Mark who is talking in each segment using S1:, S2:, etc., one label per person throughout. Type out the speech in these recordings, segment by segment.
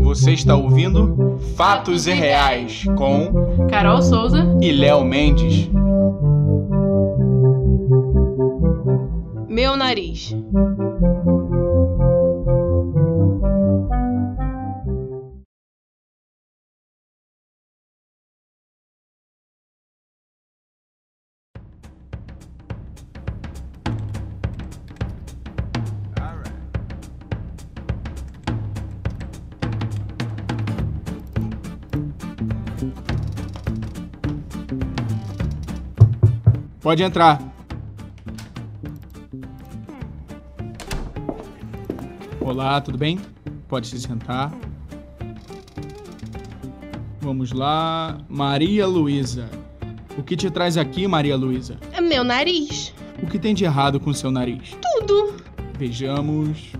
S1: Você está ouvindo Fatos e Reais com
S2: Carol Souza,
S1: e Léo Mendes.
S2: meu nariz.
S1: Pode entrar. Olá, tudo bem? Pode se sentar. Vamos lá. Maria Luísa. O que te traz aqui, Maria Luísa?
S2: É Meu nariz.
S1: O que tem de errado com seu nariz?
S2: Tudo.
S1: Vejamos.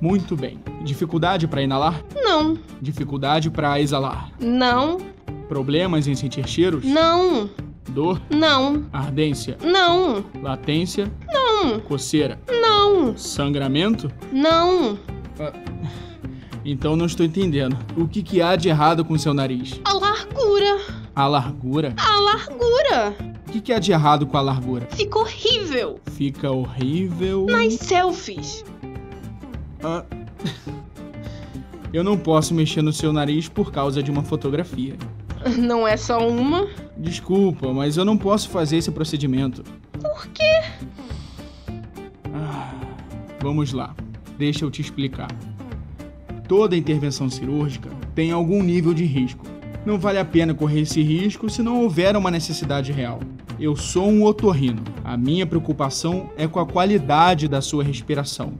S1: Muito bem. Dificuldade para inalar?
S2: Não,
S1: Dificuldade para exalar?
S2: não,
S1: Problemas em sentir cheiros?
S2: não,
S1: Dor?
S2: não,
S1: Ardência?
S2: não,
S1: Latência?
S2: Não.
S1: Coceira?
S2: não,
S1: Sangramento?
S2: não.
S1: Então não estou entendendo. O que, que há de errado com seu nariz?
S2: A largura,
S1: A largura?
S2: a largura.
S1: O que, que há de errado com a largura?
S2: Ficou horrível.
S1: Fica horrível.
S2: Nas selfies.
S1: Ah. Eu não posso mexer no seu nariz por causa de uma fotografia.
S2: Não é só uma.
S1: Desculpa, mas eu não posso fazer esse procedimento.
S2: Por quê?
S1: Ah, Vamos lá, deixa eu te explicar. Toda intervenção cirúrgica tem algum nível de risco. Não vale a pena correr esse risco se não houver uma necessidade real. Eu sou um otorrino. A minha preocupação é com a qualidade da sua respiração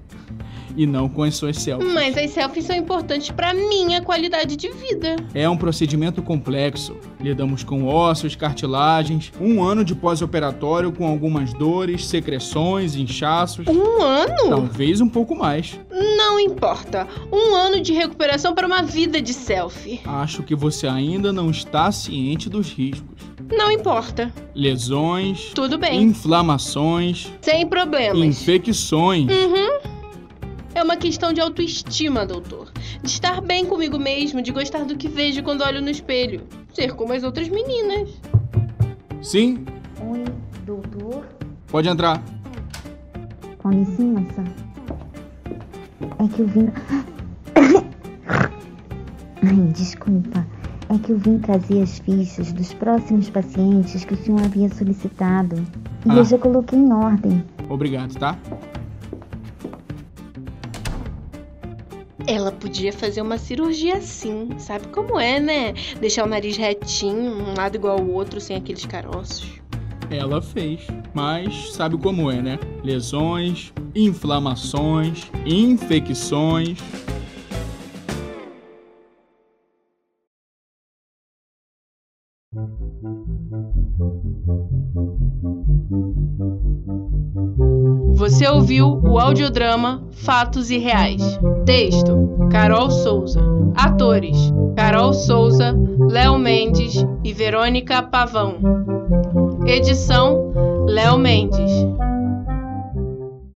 S1: e não com as suas células.
S2: Mas as selfies são importantes pra minha qualidade de vida.
S1: É um procedimento complexo. Lidamos com ossos, cartilagens, um ano de pós-operatório com algumas dores, secreções, inchaços,
S2: Um ano?
S1: talvez um pouco mais.
S2: Não importa. Um ano de recuperação para uma vida de selfie.
S1: Acho que você ainda não está ciente dos riscos.
S2: Não importa.
S1: Lesões,
S2: Tudo bem. É,
S1: inflamações,
S2: Sem problemas.
S1: infecções.
S2: Uhum. É uma questão de autoestima, doutor. De estar bem comigo mesmo, de gostar do que vejo quando olho no espelho. Ser como as outras meninas. Hum.
S1: Sim,
S3: Oi, doutor.
S1: pode entrar.
S3: Com licença. É que eu vim. Ai, desculpa. É que eu vim trazer as fichas dos próximos pacientes que o senhor havia solicitado. E
S1: Ah.
S3: eu já coloquei em ordem.
S1: Obrigado, tá?
S2: Ela podia fazer uma cirurgia assim. Sabe como é, né? Deixar o nariz retinho, um lado igual ao outro, sem aqueles caroços.
S1: Ela fez, mas sabe como é, né? Lesões, inflamações, infecções.
S2: Você ouviu o audiodrama Fatos e Reais. Texto: Carol Souza. Atores: Carol Souza, Léo Mendes e Verônica Pavão. Edição: Léo Mendes.